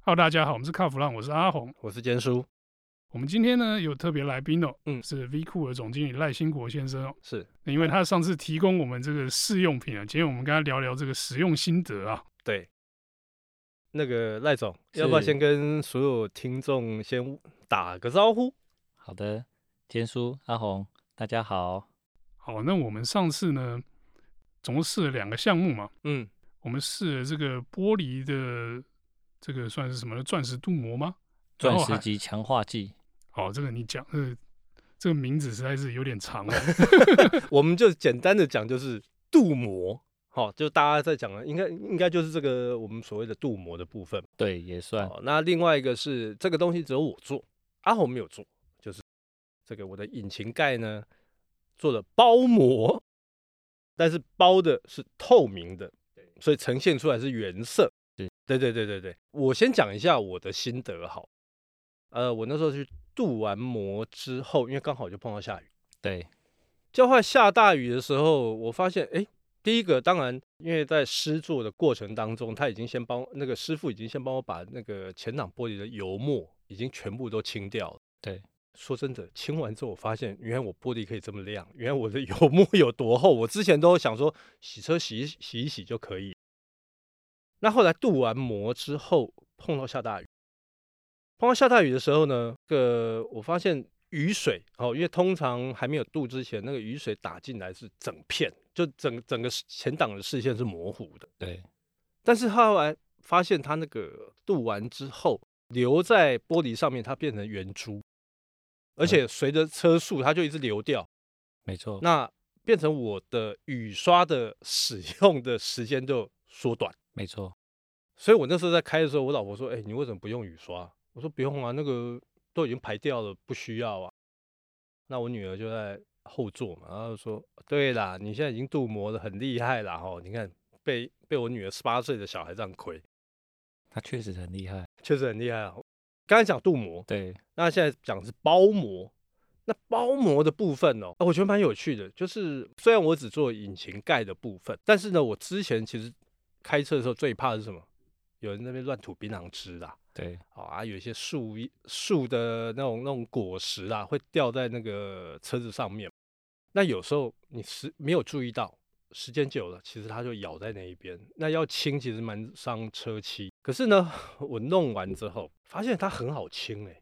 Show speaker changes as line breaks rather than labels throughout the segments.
Hello，大家好，我们是卡弗浪，我是阿红。
我是坚叔，
我们今天呢有特别来宾哦，
嗯
是 V 酷的总经理赖兴国先生哦。
是
那因为他上次提供我们这个试用品啊，今天我们跟他聊聊这个使用心得啊。
对。那个赖总，要不要
是
先跟所有听众先打个招呼？
好的，天叔、阿红，大家好。
好，那我们上次呢，总共试了两个项目嘛，
嗯，
我们试了这个玻璃的这个算是什么呢钻石镀膜吗？然
钻
后
石
还
级强化剂，
哦，这个你讲，这个这个名字实在是有点长 哦。
我们就简单的讲，就是镀膜，好、就大家在讲的，应该应该就是这个我们所谓的镀膜的部分。
对，也算
哦，那另外一个是这个东西只有我做，阿红没有做，就是这个我的引擎盖呢做了包膜，但是包的是透明的，所以呈现出来是原色。
是
对对对对对，我先讲一下我的心得好。呃，我那时候去镀完膜之后，因为刚好就碰到下雨，
对，
就快下大雨的时候，我发现，哎，第一个当然，因为在施作的过程当中，他已经先帮那个师傅已经先帮我把那个前挡玻璃的油墨已经全部都清掉了。
对，
说真的，清完之后我发现，原来我玻璃可以这么亮，原来我的 油墨有多厚。我之前都想说洗车洗一洗洗一洗就可以。那后来镀完膜之后，碰到下大雨，碰到下大雨的时候呢，这个我发现雨水哦，因为通常还没有镀之前，那个雨水打进来是整片，就整整个视前挡的视线是模糊的。
对，
但是后来发现它那个镀完之后留在玻璃上面，它变成圆珠，而且随着车速它就一直流掉，
没错。
那变成我的雨刷的使用的时间就缩短。
没错，
所以我那时候在开的时候，我老婆说：“哎、你为什么不用雨刷？”我说：“不用啊，那个都已经排掉了，不需要啊。”那我女儿就在后座嘛，然后就说：“对啦，你现在已经镀膜了，很厉害啦吼！你看被被我女儿十八岁的小孩这样亏，
他确实很厉害。
确实很厉害啊。”刚才讲镀膜，
对，
那现在讲的是包膜。那包膜的部分哦，啊我觉得蛮有趣的。就是虽然我只做引擎盖的部分，但是呢，我之前其实开车的时候最怕的是什么？有人在那边乱吐槟榔汁啦、
对，
好啊，有一些树叶树的那种那种果实啊，会掉在那个车子上面。那有时候你时没有注意到，时间久了，其实它就咬在那一边。那要清其实蛮伤车漆。可是呢， 我弄完之后发现它很好清哎、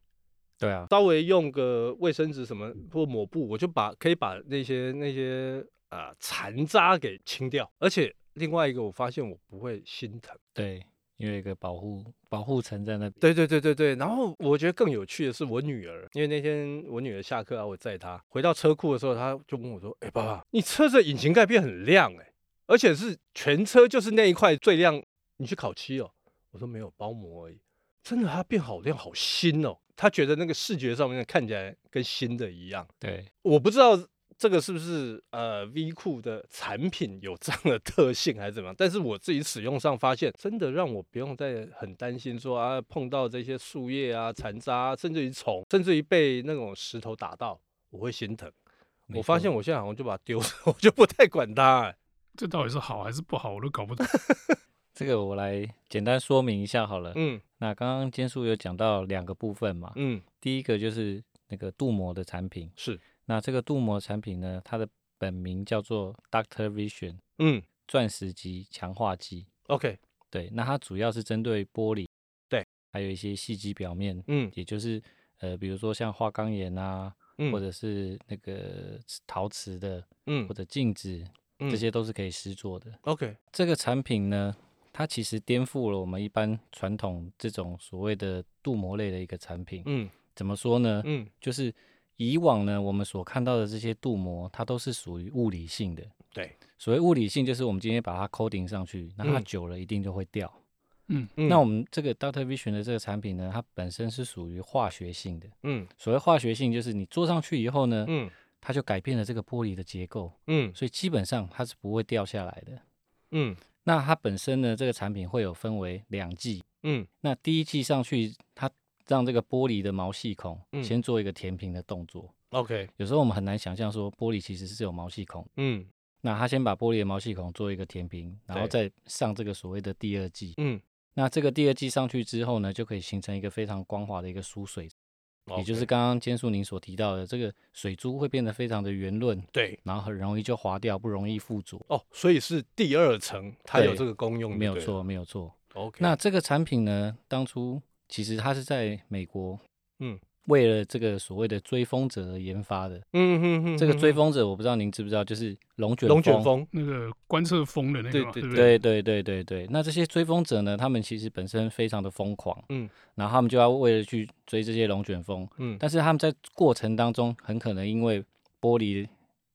对啊，
稍微用个卫生纸什么或抹布，我就把可以把那些那些啊、呃残渣给清掉。而且另外一个，我发现我不会心疼。
对，因为有一个保护保护层在那边。
对对对对对，然后我觉得更有趣的是我女儿，因为那天我女儿下课啊，我载她回到车库的时候，她就问我说：“哎、爸爸，你车子的引擎盖变很亮哎、而且是全车就是那一块最亮，你去烤漆哦。”我说：“没有，包膜而已。”真的，它变好亮，好新哦。她觉得那个视觉上面看起来跟新的一样。
对，
我不知道这个是不是呃 V 库的产品有这样的特性还是怎么样，但是我自己使用上发现，真的让我不用再很担心说啊碰到这些树叶啊、残渣啊、甚至于虫，甚至于被那种石头打到，我会心疼。
没
我发
错
现我现在好像就把它丢了， 我就不太管它、哎
这到底是好还是不好，我都搞不懂。
这个我来简单说明一下好了。
嗯
那刚刚坚叔有讲到两个部分嘛，
嗯，
第一个就是那个镀膜的产品。
是，
那这个镀膜产品呢，它的本名叫做 Doctor Vision
嗯
钻石级强化剂。
，OK，
对，那它主要是针对玻璃，
对，
还有一些细基表面，
嗯
也就是呃，比如说像花岗岩啊，
嗯，
或者是那个陶瓷的，
嗯
或者镜子，
嗯
这些都是可以施做的。
OK，
这个产品呢，它其实颠覆了我们一般传统这种所谓的镀膜类的一个产品。
嗯
怎么说呢？
嗯，
就是以往呢，我们所看到的这些镀膜，它都是属于物理性的。
对，
所谓物理性，就是我们今天把它 coating 上去，那它
嗯
久了一定就会掉。
嗯，
嗯
那我们这个 Doctor Vision 的这个产品呢，它本身是属于化学性的。
嗯
所谓化学性，就是你坐上去以后呢，
嗯
它就改变了这个玻璃的结构，
嗯
所以基本上它是不会掉下来的。
嗯
那它本身呢，这个产品会有分为两季。
嗯
那第一季上去，它让这个玻璃的毛细孔
嗯
先做一个填平的动作。
，OK，
有时候我们很难想象说玻璃其实是有毛细孔，
嗯
那它先把玻璃的毛细孔做一个填平，然后
对
再上这个所谓的第二季。
嗯
那这个第二季上去之后呢，就可以形成一个非常光滑的一个疏水，也就是
OK，
刚刚坚树您所提到的，这个水珠会变得非常的圆润，
对
然后很容易就滑掉，不容易附着。
哦，所以是第二层它有
对
这个功用，
没有。错，没有错。
OK，
那这个产品呢，当初其实它是在美国，
嗯，
为了这个所谓的追风者而研发的。
嗯哼哼，
这个
哼
追
哼
风者，我不知道您知不知道，就是龙卷
龙卷
风
风，
那个观测风的那个嘛，
对
不对？
对对对对对，那这些追风者呢，他们其实本身非常的疯狂，
嗯，
然后他们就要为了去追这些龙卷风，
嗯，
但是他们在过程当中很可能因为玻璃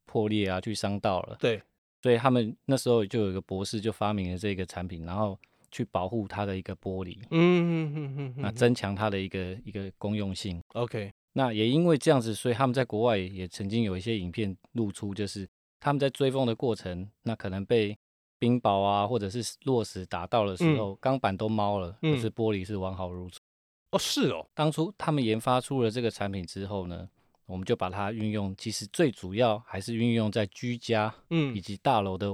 破裂啊去伤到了，
对，
所以他们那时候就有一个博士就发明了这个产品，然后去保护它的一个玻璃，
嗯哼哼哼哼
那
哼
增强它的一个一个公用性。
，OK，
那也因为这样子，所以他们在国外也曾经有一些影片露出，就是他们在追风的过程，那可能被冰雹啊，或者是落石打到的时
嗯
候，钢板都猫了，可是玻璃是完好如初。
哦，是哦，
当初他们研发出了这个产品之后呢，我们就把它运用，其实最主要还是运用在居家
嗯
以及大楼的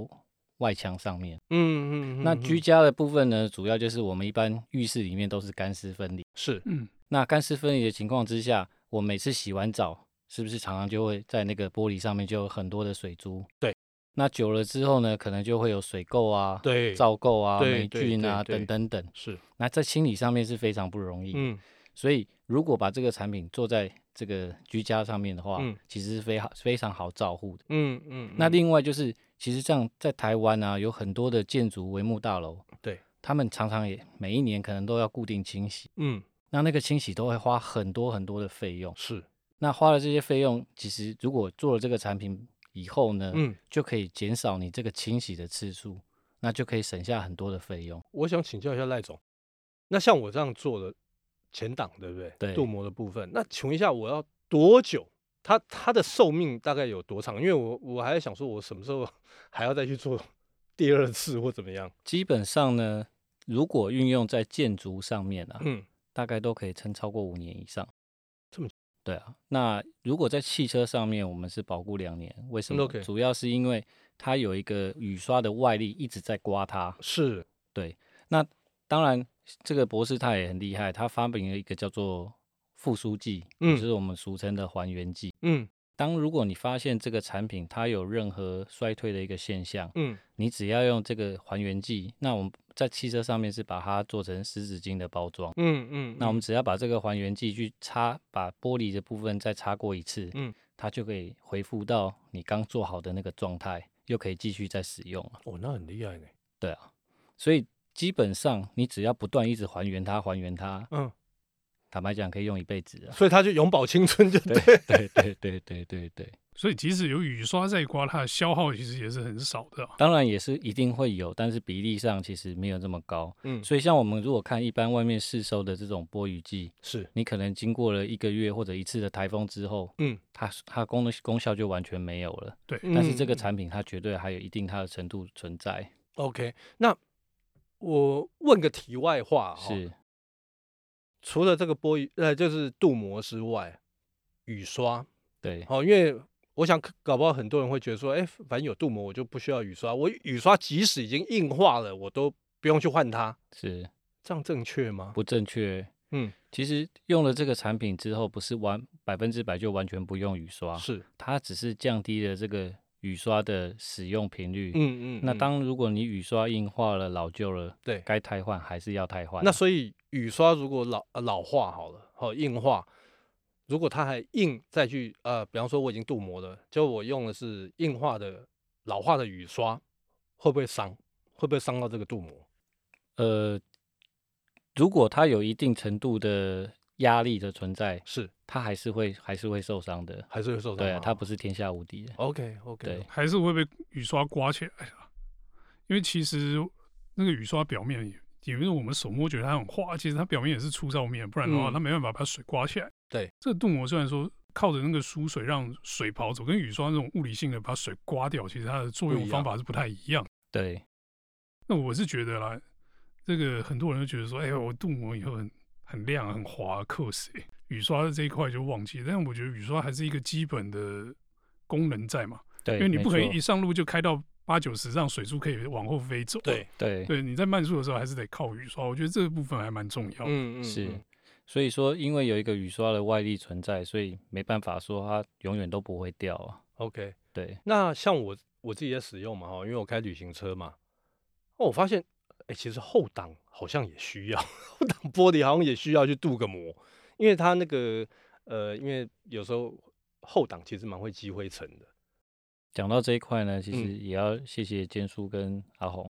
外墙上面。
嗯嗯，
那
嗯
居
嗯
家的部分呢，主要就是我们一般浴室里面都是干湿分离。
是
嗯，
那干湿分离的情况之下，我每次洗完澡，是不是常常就会在那个玻璃上面就有很多的水珠？
对。
那久了之后呢，可能就会有水垢啊、
对
皂垢啊、
对
霉
对
菌啊
对对
等等等。
是，
那在清理上面是非常不容易。
嗯
所以如果把这个产品做在这个居家上面的话，
嗯
其实是非好非常好照护的。
嗯嗯，
那
嗯
另外就是，其实这样在台湾啊，有很多的建筑帷幕大楼，
对，
他们常常也每一年可能都要固定清洗。
嗯
那那个清洗都会花很多很多的费用，
是，
那花了这些费用，其实如果做了这个产品以后呢，
嗯，
就可以减少你这个清洗的次数，那就可以省下很多的费用。
我想请教一下赖总，那像我这样做的前挡对不对？
对
镀膜的部分，那请问一下，我要多久？它它的寿命大概有多长？因为我我还在想说，我什么时候 还要再去做第二次或怎么样？
基本上呢，如果运用在建筑上面啊，
嗯，
大概都可以撑超过五年以上。
这么久
对啊，那如果在汽车上面，我们是保固两年，为什
嗯
么
，OK
主要是因为它有一个雨刷的外力一直在刮它。
是，
那当然，这个博士他也很厉害，他发明了一个叫做复苏剂，
嗯
也就是我们俗称的还原剂。
嗯
当如果你发现这个产品它有任何衰退的一个现象，
嗯
你只要用这个还原剂，那我们在汽车上面是把它做成湿纸巾的包装。
嗯嗯，
那我
嗯
们只要把这个还原剂去擦，把玻璃的部分再擦过一次，
嗯，
它就可以恢复到你刚做好的那个状态，又可以继续再使用了。
哦，那很厉害呢。
对啊，所以基本上你只要不断一直还原它，还原它，
嗯，
坦白讲可以用一辈子啊。
所以它就永葆青春就对。
对对对对对对，
所以即使有雨刷在刮，它的消耗其实也是很少的啊、
当然也是一定会有，但是比例上其实没有这么高。
嗯，
所以像我们如果看一般外面市售的这种波雨剂，
是，
你可能经过了一个月或者一次的台风之后，
嗯，
它它功能功效就完全没有了。
对，
但是这个
嗯
产品它绝对还有一定它的程度存在，
OK，那我问个题外话哈、
是
除了这个玻璃呃就是镀膜之外，雨刷
对
哦，因为我想搞不好很多人会觉得说，哎，反正有镀膜我就不需要雨刷，我雨刷即使已经硬化了，我都不用去换它，
是
这样正确吗？
不正确。
嗯，
其实用了这个产品之后，不是完百分之百就完全不用雨刷，
是，
它只是降低了这个雨刷的使用频率。
嗯嗯，
那
嗯
当如果你雨刷硬化了、老旧了，
对
该汰换还是要汰换。
那所以雨刷如果老、呃老化好了，哦硬化，如果它还硬再去呃，比方说我已经镀膜了，就我用的是硬化的老化的雨刷，会不会伤？会不会伤到这个镀膜？
呃，如果它有一定程度的压力的存在，
是
它还是会还是会受伤的。
还是会受伤吗？
对啊，它不是天下无敌的。
OK OK
对
还是会被雨刷刮起来啊。因为其实那个雨刷表面也，也因为我们手摸觉得它很滑，其实它表面也是粗糙面，不然的话
嗯
它没办法把水刮起来。
对，
这个镀膜虽然说靠着那个疏水让水跑走，跟雨刷那种物理性的把水刮掉，其实它的作
不
用
一样
方法是不太一样。
哦
对，
那我是觉得啦，这个很多人都觉得说，哎、呦，我镀膜以后很很亮、啊很滑，克死、欸。雨刷这一块就忘记了，但我觉得雨刷还是一个基本的功能在嘛，
对，
因为你
没
不可以
错
一上路就开到八九十，让水柱可以往后飞走。啊
对，，
对，
对，你在慢速的时候还是得靠雨刷，我觉得这个部分还蛮重要的。
嗯嗯，
是
嗯，
所以说因为有一个雨刷的外力存在，所以没办法说它永远都不会掉啊。
OK。
对，
那像我我自己在使用嘛，哈，因为我开旅行车嘛，哦，我发现，哎、其实后挡好像也需要， 后挡玻璃好像也需要去镀个膜，因为它那个，呃，因为有时候后挡其实蛮会积灰尘的，
讲到这一块呢，其
嗯
实也要谢谢坚叔跟阿红。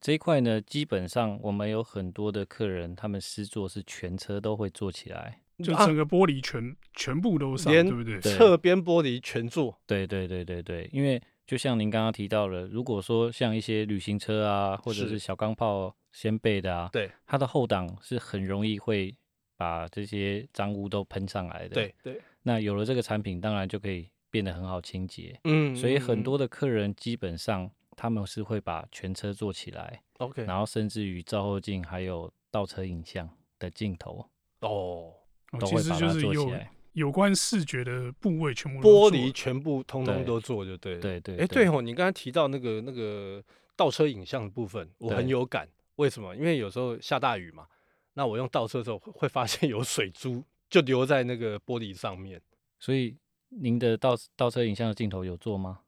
这一块呢，基本上我们有很多的客人，他们试做是全车都会做起来。
就
啊
整个玻璃全、全部都上，
连
对不对？
对
侧边玻璃全做，
对对对对对，因为就像您刚刚提到了，如果说像一些旅行车啊，或者
是
是小钢炮掀背的啊，
对
它的后挡是很容易会把这些脏污都喷上来的。，
对对，
那有了这个产品，当然就可以变得很好清洁。
嗯
所以很
嗯
多的客人基本上他们是会把全车做起来，
嗯 OK
然后甚至于照后镜还有倒车影像的镜头
哦，
哦
都
其
会
实
把
就
它
是
做起
有
来。
有关视觉的部位全部都
玻
做
璃
了
全部通通
对
都做就对了，
对对，
哎、对哦，你刚才提到那个那个倒车影像的部分，我很
对
有感。为什么？因为有时候下大雨嘛，那我用倒车的时候会会发现有水珠就留在那个玻璃上面。
所以您的倒倒车影像的镜头有做吗？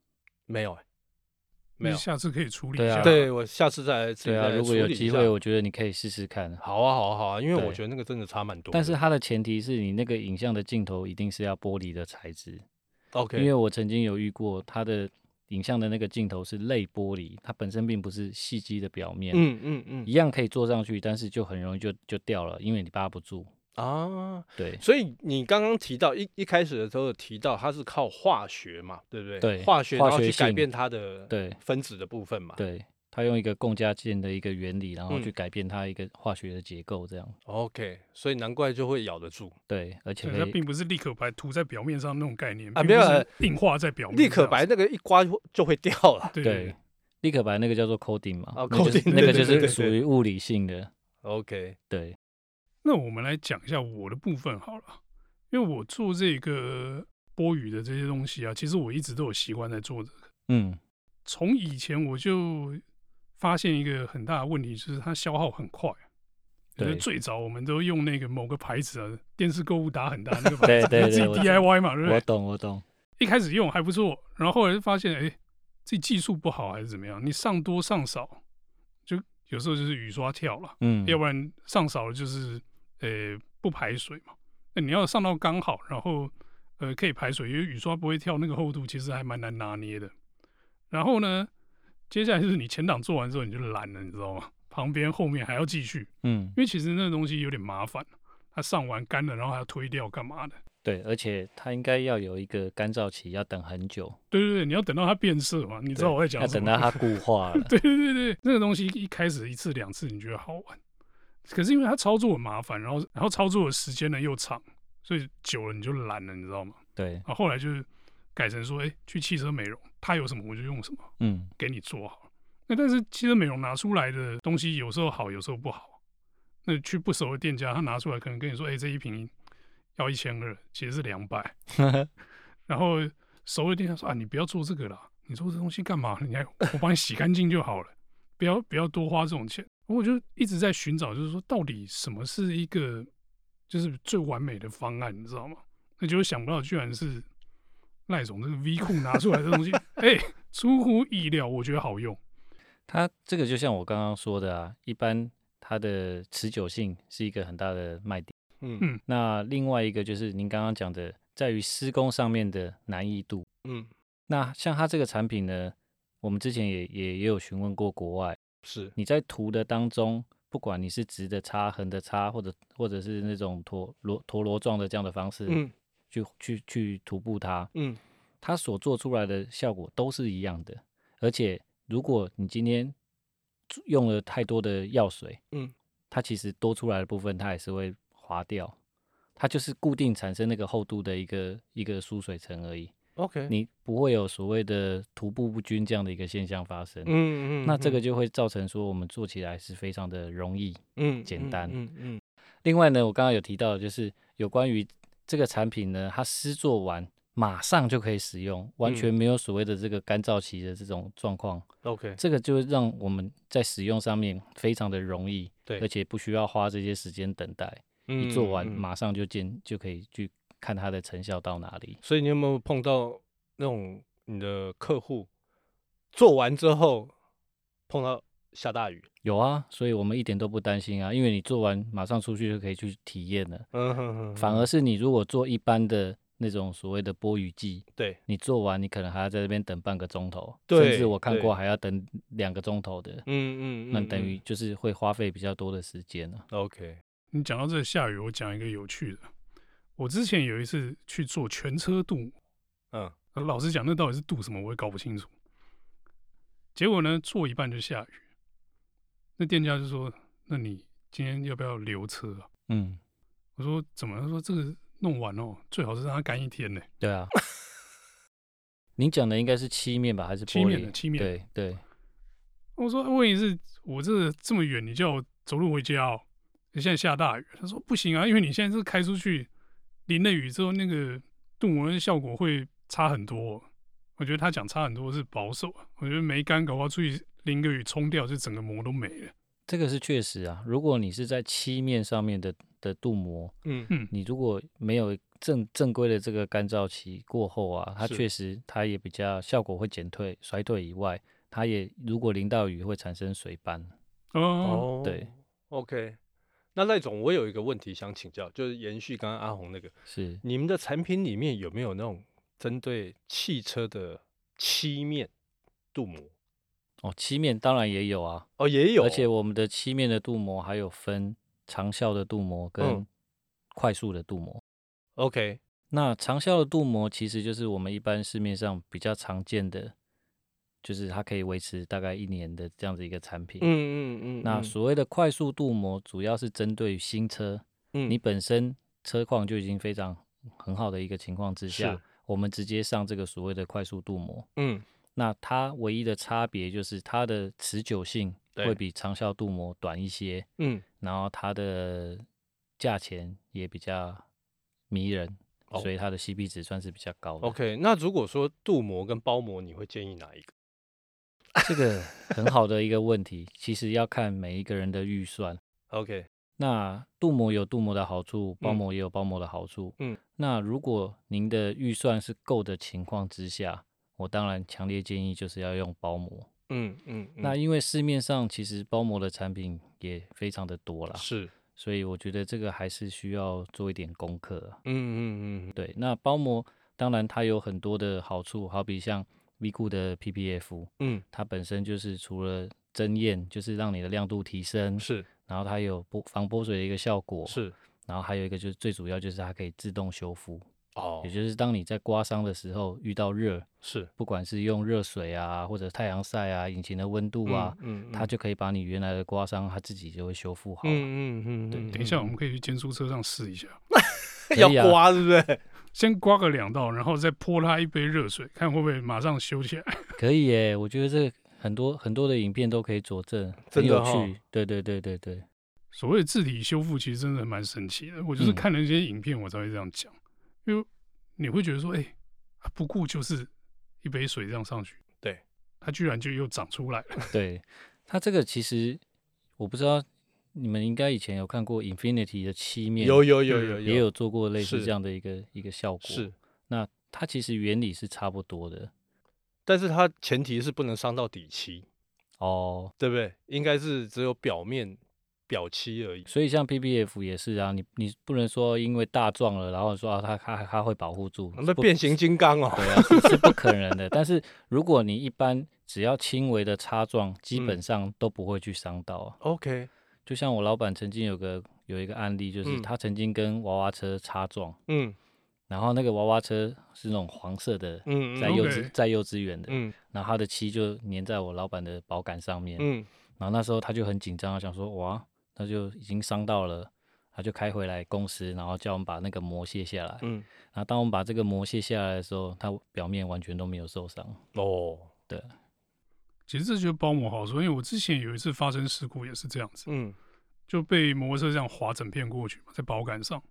没有、欸，
那
没有。
下次可以处理一
对啊
下。
对我下次再来自己
对
再
啊，
来
如果
处
有
理一
机
下
会，我觉得你可以试试看。
好啊，好啊，好啊，因为我
对
觉得那个真的差蛮多的。
但是它的前提是你那个影像的镜头一定是要玻璃的材质，因
OK，
为我曾经有遇过它的影像的那个镜头是类玻璃，它本身并不是细机的表面，
嗯嗯嗯
一样可以做上去，但是就很容易就就掉了，因为你扒不住。
啊，
对
所以你刚刚提到一一开始的时候有提到它是靠化学嘛，对不对？
对
化学
化
然后
学
去改
性
变它的
对
分子的部分嘛。
对，它用一个共价键的一个原理，然后
嗯
去改变它一个化学的结构，这样。
OK，所以难怪就会咬得住。
对，而且
对，它
可以
并不是立可白涂在表面上那种概念
啊
并不
没有
是
呃
硬化在表面。
立可白，那个一刮就就会掉了。
对
对，立可白那个叫做 coating 嘛，
哦
那就是
coating，
那个
对
就
对对
是属于物理性的，
OK，
对，
那我们来讲一下我的部分好了，因为我做这个波语的这些东西啊，其实我一直都有习惯在做的。
嗯，
从以前我就发现一个很大的问题，就是它消耗很快。就是
对
最早我们都用那个某个牌子啊，电视购物打很大那个牌
对
子，
对 对
自己
我知道
DIY 嘛，对不对？
我懂我懂，
一开始用还不错，然后后来就发现，哎、自己技术不好还是怎么样，你上多上少，就有时候就是雨刷跳了，
嗯，
要不然上少了就是呃不排水嘛。那你要上到刚好，然后呃可以排水，因为雨刷不会跳，那个厚度其实还蛮难拿捏的。然后呢，接下来就是你前挡做完之后你就懒了，你知道吗？旁边后面还要继续，
嗯
因为其实那个东西有点麻烦，它上完干了，然后还要推掉干嘛的？
对，而且它应该要有一个干燥期，要等很久，
对对对，你要等到它变色嘛，你知道
对
我在讲
要
什
等
么？，
到它固化了
对对对对，那个东西一开始一次两次你觉得好玩，可是因为它操作很麻烦，然后然后操作的时间呢又长，所以久了你就懒了，你知道吗？
对，
然后后来就是改成说，哎，去汽车美容，它有什么我就用什么，
嗯，
给你做好了。那但是汽车美容拿出来的东西有时候好，有时候不好。那去不熟的店家，他拿出来可能跟你说，哎，这一瓶要一千二，其实是两百。然后熟的店家说啊，你不要做这个啦，你做这东西干嘛？你还我帮你洗干净就好了，不要不要多花这种钱。我就一直在寻找，就是说到底什么是一个就是最完美的方案，你知道吗？那就想不到居然是赖总这个 V 库拿出来的东西， 哎、出乎意料，我觉得好用。
它这个就像我刚刚说的啊，一般它的持久性是一个很大的卖点。
嗯
嗯
那另外一个就是您刚刚讲的，在于施工上面的难易度。
嗯，
那像它这个产品呢，我们之前也也也有询问过国外，
是
你在涂的当中，不管你是直的擦、横的擦，或者或者是那种陀螺陀螺状的这样的方式、
嗯
去去去涂布它，
嗯
它所做出来的效果都是一样的。而且如果你今天用了太多的药水，
嗯，
它其实多出来的部分它也是会滑掉，它就是固定产生那个厚度的一个一个疏水层而已。
OK，
你不会有所谓的涂布不均这样的一个现象发生。
嗯
那这个就会造成说我们做起来是非常的容易。
嗯
简
嗯
单
嗯嗯
另外呢，我刚刚有提到的就是有关于这个产品呢，它施作完马上就可以使用，完
嗯
全没有所谓的这个干燥期的这种状况。
OK，
这个就会让我们在使用上面非常的容易，
对
而且不需要花这些时间等待，
嗯
一做完
嗯
马上就见就可以去看它的成效到哪里。
嗯所以你有没有碰到那种你的客户做完之后碰到下大雨？
有啊，所以我们一点都不担心啊，因为你做完马上出去就可以去体验了。
嗯哼哼
反而是你如果做一般的那种所谓的播雨季，
对，
你做完你可能还要在这边等半个钟头，
对
甚至我看
对
过还要等两个钟头的，
嗯嗯，
那
嗯
等
嗯
于就是会花费比较多的时间啊。
OK，
你讲到这个下雨，我讲一个有趣的。我之前有一次去做全车渡，
嗯，
呃老实讲，那到底是渡什么，我也搞不清楚。结果呢，做一半就下雨，那店家就说：“那你今天要不要留车啊、
嗯，
我说：“怎么？”他说：“这个弄完哦，最好是让它干一天呢、
对啊。您讲的应该是漆面吧，还是
漆
玻
面
璃
的漆面的
对对，
我说：“问题是，我这这么远，你叫我走路回家哦？现在下大雨。”他说：“不行啊，因为你现在是开出去，淋了雨之后，那个镀膜的效果会差很多。”哦我觉得他讲差很多是保守啊，我觉得没干，搞不好出去淋个雨冲掉，就整个膜都没了。
这个是确实啊。如果你是在漆面上面的的镀膜，
嗯
嗯
你如果没有正正规的这个干燥期过后啊，它
是
确实它也比较效果会减退衰退以外，它也如果淋到雨会产生水斑。
哦，
嗯对
，OK。那赖总，我有一个问题想请教，就是延续刚刚阿红那个，
是
你们的产品里面有没有那种针对汽车的漆面镀膜？
哦，漆面当然也有啊，
哦，也有，
而且我们的漆面的镀膜还有分长效的镀膜跟
嗯
快速的镀膜。
OK，
那长效的镀膜其实就是我们一般市面上比较常见的，就是它可以维持大概一年的这样子一个产品。
嗯嗯嗯，
那
嗯
所谓的快速镀膜，主要是针对于新车，
嗯
你本身车况就已经非常很好的一个情况之
是
下，我们直接上这个所谓的快速镀膜。
嗯
那它唯一的差别就是它的持久性
对
会比长效镀膜短一些，
嗯
然后它的价钱也比较迷人，
哦
所以它的 CP 值算是比较高的。
OK，那如果说镀膜跟包膜，你会建议哪一个？
这个很好的一个问题，其实要看每一个人的预算。
OK，
那镀膜有镀膜的好处，包
嗯
膜也有包膜的好处。
嗯，
那如果您的预算是够的情况之下，我当然强烈建议就是要用包膜。
嗯嗯，嗯
那因为市面上其实包膜的产品也非常的多啦，
是，
所以我觉得这个还是需要做一点功课啊、
嗯嗯嗯
对，那包膜当然它有很多的好处，好比像 V 库的 PPF，
嗯，
它本身就是除了增艳，就是让你的亮度提升
嗯，是
然后它有波防泼水的一个效果，，
是
然后还有一个就是最主要就是它可以自动修复，
哦
也，就是当你在刮伤的时候遇到热，
是
不管是用热水啊，或者太阳晒啊，引擎的温度啊，，
嗯嗯
它
嗯
就可以把你原来的刮伤，它自己就会修复好。
嗯嗯嗯，
对
嗯
等一下我
嗯
们可以去监书车上试一下，
可以啊
要刮，对不对？
先刮个两道，然后再泼他一杯热水，看会不会马上修起来。
可以耶，我觉得这个很多很多的影片都可以佐证，
真的
很有
哦
趣。对对对对对，
所谓的字体修复，其实真的蛮神奇的。我就是
嗯
看了一些影片，我才会这样讲，因为你会觉得说，哎、啊不顾就是一杯水这样上去，
对，
它居然就又长出来了。
对，它这个其实我不知道你们应该以前有看过 Infinity 的漆面，
有有有
嗯
有
也有做过类似
是
这样的一个一个效果。
是，，
那它其实原理是差不多的
但是它前提是不能伤到底漆，
哦。
对不对？应该是只有表面表漆而已。
所以像 PPF 也是啊，你你不能说因为大撞了，然后说啊它它它会保护住，
哦那
不
变形金刚哦，
对啊是是不可能的。但是如果你一般只要轻微的擦撞，基
嗯
本上都不会去伤到啊。
OK，
就像我老板曾经有个有一个案例，就是
嗯
他曾经跟娃娃车擦撞。
嗯
然后那个娃娃车是那种黄色的，
嗯
在
嗯
幼
OK
稚在幼稚园的，
嗯
然后它的漆就粘在我老板的保杆上面，
嗯
然后那时候他就很紧张，啊他想说哇，那就已经伤到了，他就开回来公司，然后叫我们把那个膜卸下来，
嗯，
然后当我们把这个膜卸下来的时候，它表面完全都没有受伤，
哦，
其实这就是包膜好处，因为我之前有一次发生事故也是这样子，
嗯
就被摩托车这样划整片过去嘛，在保杆上，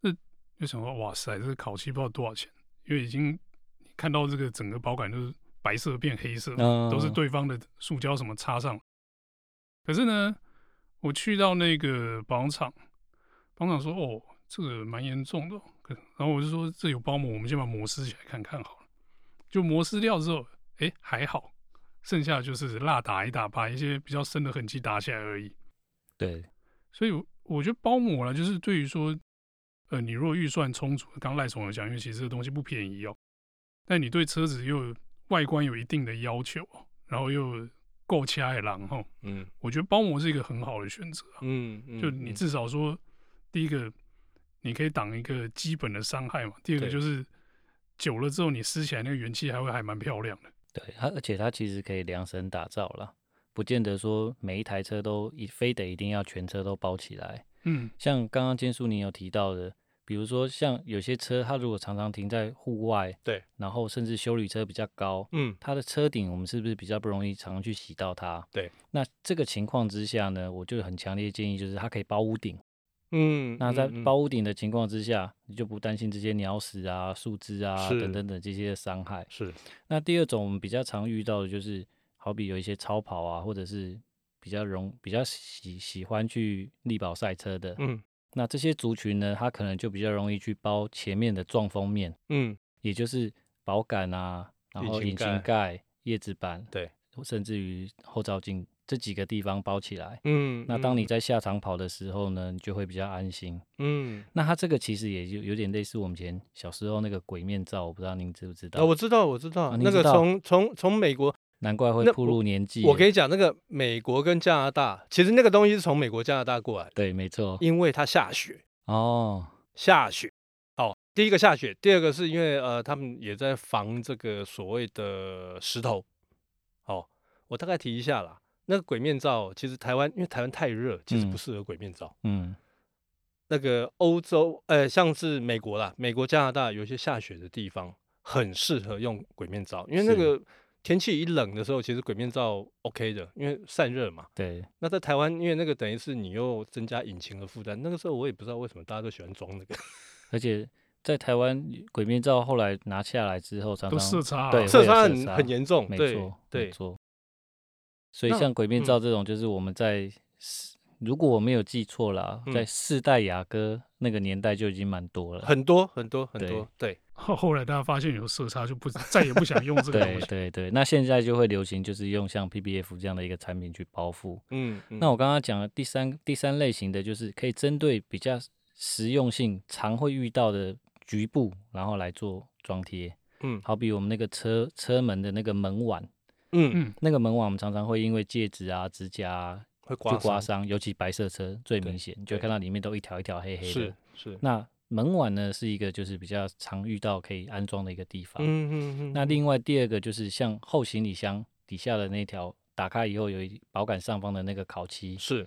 那就想说，哇塞，这烤漆不知道多少钱，因为已经看到这个整个保杆就是白色变黑色，
嗯
都是对方的塑胶什么插上。可是呢，我去到那个保养厂，保养厂说哦，这个蛮严重的哦，可然后我就说这有包膜，我们先把膜撕起来看看好了。就膜撕掉之后，哎还好，剩下就是蜡打一打，把一些比较深的痕迹打起来而已。
对，
所以我我觉得包膜啦，就是对于说，呃，你如果预算充足，刚赖总有讲，因为其实这个东西不便宜哦，但你对车子又有外观有一定的要求，哦然后又够掐的狼吼，
嗯
我觉得包膜是一个很好的选择啊、
嗯嗯，
就你
嗯
至少说，第一个你可以挡一个基本的伤害嘛，第二个
对
就是久了之后你撕起来那个元气还会还蛮漂亮的。
对，它而且它其实可以量身打造啦，不见得说每一台车都一非得一定要全车都包起来。
嗯，
像刚刚坚叔你有提到的，比如说像有些车，它如果常常停在户外，
对，
然后甚至修理车比较高，
嗯
它的车顶我们是不是比较不容易常去洗到它？
对，
那这个情况之下呢，我就很强烈建议就是它可以包屋顶。
嗯，
那在
嗯嗯
包屋顶的情况之下，你就不担心这些鸟屎啊、树枝啊
是
等等等这些伤害。
是
那第二种我们比较常遇到的就是，好比有一些超跑啊，或者是比较容比较喜喜欢去力保赛车的，
嗯
那这些族群呢，它可能就比较容易去包前面的撞风面，
嗯
也就是保杆啊，然
引
后
擎
引
盖
擎盖、叶子板，
对，
甚至于后照镜这几个地方包起来。
嗯，
那当
嗯
你在下场跑的时候呢，你就会比较安心。
嗯，
那它这个其实也就有点类似我们以前小时候那个鬼面罩，我不知道您知不知道？
啊，我知道我知道
啊您
那
知
个
道
从从从美国
难怪会
那
步
我
入年纪了。
我跟你讲，那个美国跟加拿大，其实那个东西是从美国、加拿大过来的，
对，没错。
因为它下雪，
哦，
下雪。哦，第一个下雪，第二个是因为呃，他们也在防这个所谓的石头。哦，我大概提一下啦。那个鬼面罩，其实台湾因为台湾太热，其实
嗯
不适合鬼面罩。
嗯，
那个欧洲，呃，像是美国啦，美国、加拿大有一些下雪的地方，很适合用鬼面罩，因为那
是
个天气一冷的时候，其实鬼面罩 OK 的，因为散热嘛。
对，
那在台湾，因为那个等于是你又增加引擎的负担，那个时候我也不知道为什么大家都喜欢装那个
而且在台湾鬼面罩后来拿下来之后，常
都
常
色差、啊，
对
色
会有
差
色
很
差
很严重，
没
对
错，没
对，
错。所以
那
像鬼面
嗯
罩这种，就是我们在四，如果我没有记错啦，在
嗯
四代雅哥那个年代就已经蛮多了。
很多很多很
对
多，对，
后后来大家发现有色差，就不再也不想用这个
对
东西。
对对，那现在就会流行，就是用像 PBF 这样的一个产品去包覆。
嗯，嗯
那我刚刚讲的第三第三类型的，就是可以针对比较实用性常会遇到的局部，然后来做装贴。
嗯
好比我们那个车车门的那个门碗，
嗯
嗯
那个门碗我们常常会因为戒指啊、指甲啊
会
去
刮
刮
伤，
伤，尤其白色车最
对
明显，你就会
对
看到里面都一条一条黑黑
是
的。
是，
那门碗呢，是一个就是比较常遇到可以安装的一个地方。
嗯嗯嗯，
那另外第二个就是像后行李箱底下的那条打开以后有一保杆上方的那个烤漆，
是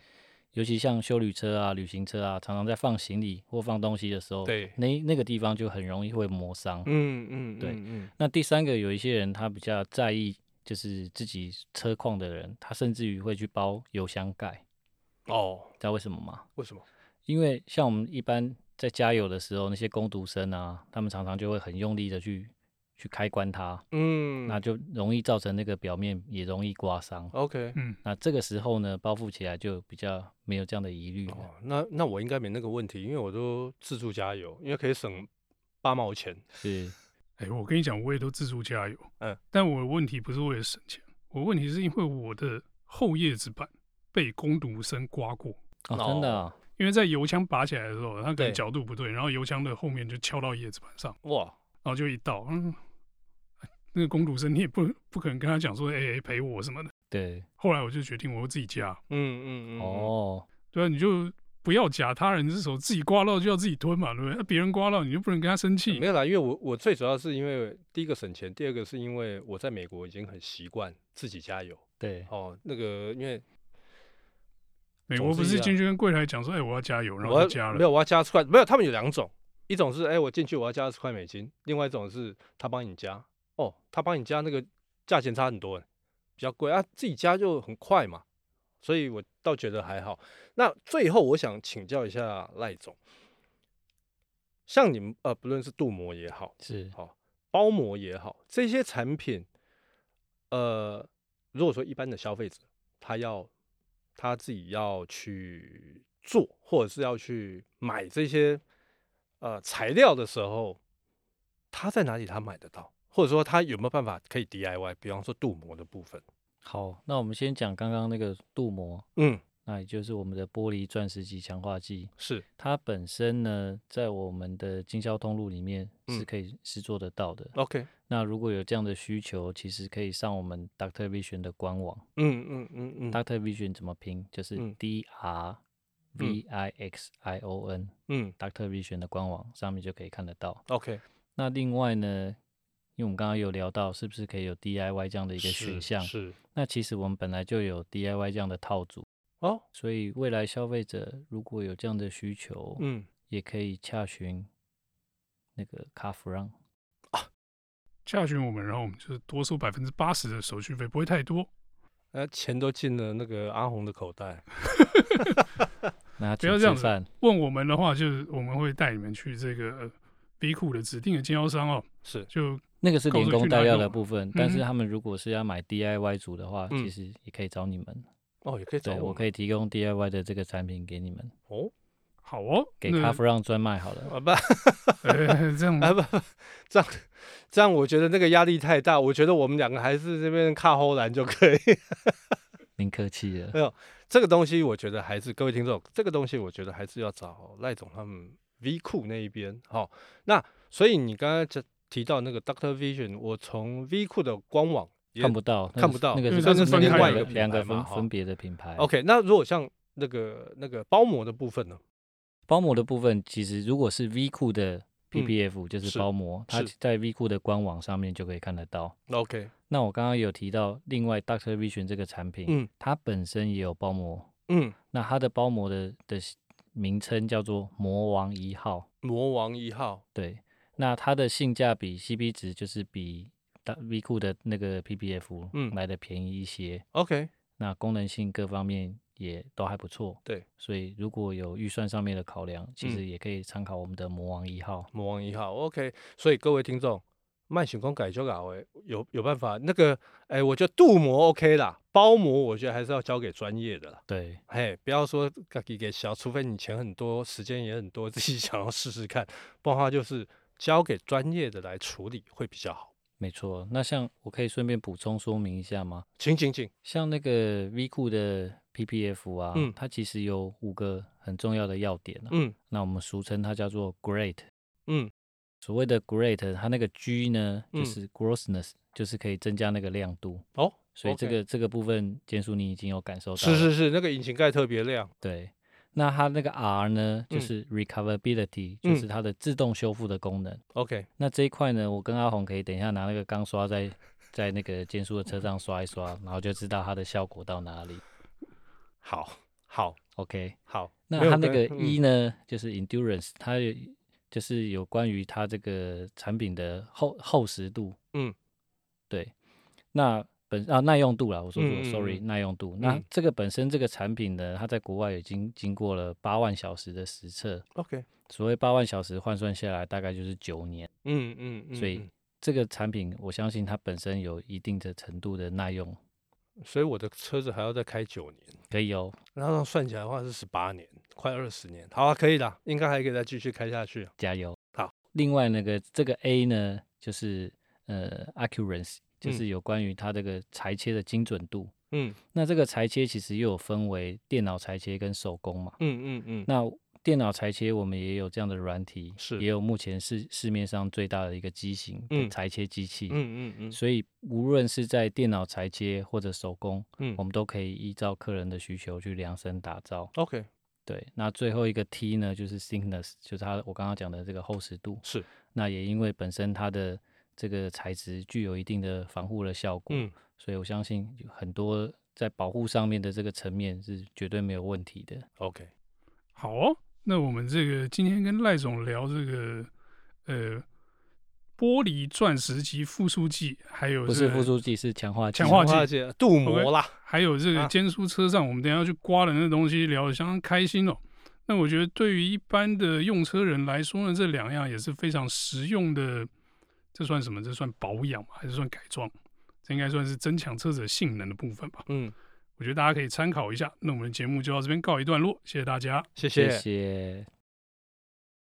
尤其像修旅车啊、旅行车啊，常常在放行李或放东西的时候，
对
那那个地方就很容易会磨伤。
嗯嗯
对
嗯嗯
那第三个，有一些人他比较在意就是自己车况的人，他甚至于会去包油箱盖，
哦，
知道为什么吗？
为什么？
因为像我们一般在加油的时候，那些工读生啊，他们常常就会很用力的去去开关它，
嗯，哦
那就容易造成那个表面也容易刮伤。
OK，
嗯，
那这个时候呢，包覆起来就比较没有这样的疑虑了。
哦，那那我应该没那个问题，因为我都自助加油，因为可以省八毛钱。
是，
哎、我跟你讲，我也都自助加油，
嗯，
但我的问题不是为了省钱，我的问题是因为我的后叶子板被攻读生刮过，
哦，真的啊、
因为在油枪拔起来的时候，它可
对
能角度不对，然后油枪的后面就敲到叶子板上，
哇，
然后就一道，嗯，那个攻读生你也不不可能跟他讲说，哎、哎赔我什么的。
对，
后来我就决定我会自己加，
嗯嗯嗯，嗯，
哦，
对啊，你就不要夹他人之手，自己刮到就要自己吞嘛，对不对？那别人刮到你就不能跟他生气
嗯没，有啦，因为我我最主要是因为第一个省钱，第二个是因为我在美国已经很习惯自己加油。
对，
哦，那个因为
美国不
总之
是
啊
进去跟柜台讲说，哎、我要加油，然
我
后
要
就加
没
了。
有我要加十块，没有，他们有两种，一种是哎、我进去我要加十块美金，另外一种是他帮你加，哦，他帮你加那个价钱差很多，欸比较贵啊，自己加就很快嘛，所以我倒觉得还好。那最后我想请教一下赖总，像你们呃，不论是镀膜也好，
是
好、包膜也好，这些产品，呃，如果说一般的消费者他要他自己要去做，或者是要去买这些呃材料的时候，他在哪里他买得到，或者说他有没有办法可以 DIY？比方说镀膜的部分，
好，那我们先讲刚刚那个镀膜，
嗯，
那也就是我们的玻璃钻石级强化剂，
是
它本身呢，在我们的经销通路里面是
嗯
可以是做得到的。
OK，
那如果有这样的需求，其实可以上我们 Doctor Vision 的官网。
嗯嗯嗯嗯
Doctor Vision 怎么拼？就是
嗯
D R
嗯
V I X I O N、
嗯
Doctor Vision 的官网上面就可以看得到。
，OK，
那另外呢，因为我们刚刚有聊到，是不是可以有 DIY 这样的一
一
个选项？
是
那其实我们本来就有 DIY 这样的套组，
哦，
所以未来消费者如果有这样的需求，
嗯，
也可以洽询那个卡弗让。
洽询我们，然后我们就是多收百分之八十的手续费，不会太多。
那呃钱都进了那个阿红的口袋。
那他
不要
请
这样
吃
子
饭
问我们的话，就是我们会带你们去这个呃 B 库的指定的经销商哦，
是
就
那个是
告诉
连
你
工
去
带
哪
料
里
的
买
部分，但
嗯
是
哼
他们如果是要买 DIY 组的话，
嗯
其实也可以找你们。
哦，也可以找
对我
我
可以提供 DIY 的这个产品给你们，
哦，
好哦。
给
那
卡弗让专卖好了。
啊 不，
呃， 这样
啊不，不 这样这样，我觉得那个压力太大。我觉得我们两个还是这边靠后栏就可以。
您客气了，
这个东西，我觉得还是各位听众，这个东西我觉得还是要找赖总他们 V 库那一边。好、那所以你刚刚就提到那个 Doctor Vision，我从 V 库的官网也
看不到，那
看
个
不
是
到
那个
因为
是
它是分
另
开
外
的
个
品
两个
牌嘛
分
哈
分别的品牌。
OK。那如果像那个那个包膜的部分呢？
包膜的部分，其实如果是 V 库
嗯
的 PPF，、就是
是
包膜，它
是
在 V 库的官网上面就可以看得到。
OK，
那我刚刚有提到，另外 Doctor Vision 这个产品，
嗯
它本身也有包膜，
嗯，
那它的包膜的的名称叫做魔王一号，
魔王一号
对，那它的性价比 CP 值就是比大 V 库的那个 PPF
嗯
来的便宜一些，
，OK，
那功能性各方面也都还不错，
对，嗯
所以如果有预算上面的考量，其实也可以参考我们的魔王一号。
魔王一号，OK。所以各位听众，慢行空改就搞诶，有有办法。那个，哎、我觉得镀膜 OK 啦，包膜我觉得还是要交给专业的啦。
对，
嘿，不要说自己给小，除非你钱很多，时间也很多，自己想要试试看，不然的话就是交给专业的来处理会比较好。
没错。那像我可以顺便补充说明一下吗？
请请请，
像那个 V 库的 PPF 啊，
嗯
它其实有五个很重要的要点、啊
嗯
那我们俗称它叫做 Great。
嗯
所谓的 Great，它那个 G 呢，就
嗯
是 grossness，、就是可以增加那个亮度。
哦，
所以这
OK
个这个部分，简叔你已经有感受到
是
了
是是，那个引擎盖特别亮，
对，那它那个 R 呢，就
嗯
是 recoverability，、
嗯
就是它的自动修复的功能。
OK，
那这一块呢，我跟阿红可以等一下拿那个钢刷在在那个建叔的车上刷一刷，然后就知道它的效果到哪里。
好，好，
OK，
好。
那
没有
它那个
跟嗯
一呢，就是 endurance，它有就是有关于它这个产品的厚厚实度。
嗯，
对。那本啊耐用度啦，我说错
嗯嗯
了、
嗯
s o r r y 耐用度。那
嗯
这个本身这个产品呢，它在国外已经经过了八万小时的实测。
OK，
所谓八万小时换算下来，大概就是九年。
嗯嗯嗯，
所以
嗯
这个产品，我相信它本身有一定的程度的耐用，
所以我的车子还要再开九年。
可以哦。
然后算起来的话是十八年，快二十年，好啊，可以的，应该还可以再继续开下去。啊
加油。
好，
另外那个这个 A 呢，就是呃 accuracy，就是有关于它这个裁切的精准度。
嗯
那这个裁切其实又有分为电脑裁切跟手工嘛。
嗯嗯嗯，
那电脑裁切我们也有这样的软体，
是
也有目前市市面上最大的一个机型的
嗯
裁切机器。
嗯嗯嗯，
所以无论是在电脑裁切或者手工，
嗯
我们都可以依照客人的需求去量身打造。
OK
对，那最后一个 T 呢，就是 thickness，就是它我刚刚讲的这个厚实度。
是，
那也因为本身它的这个材质具有一定的防护的效果，
嗯
所以我相信有很多在保护上面的这个层面是绝对没有问题的。
OK，
好哦，那我们这个今天跟赖总聊这个呃玻璃钻石及复苏剂，还有、
不
这
是
个
复苏剂，是强化剂。
强化
化
剂
界镀膜呃啦，
还有这个
啊
监书车上，我们等一下要去刮的那东西，聊得相当开心哦。那我觉得对于一般的用车人来说呢，这两样也是非常实用的这算什么？这算保养吗？还是算改装？这应该算是增强车子的性能的部分吧。
嗯，
我觉得大家可以参考一下。那我们的节目就到这边告一段落，谢谢大家。
谢谢
谢谢。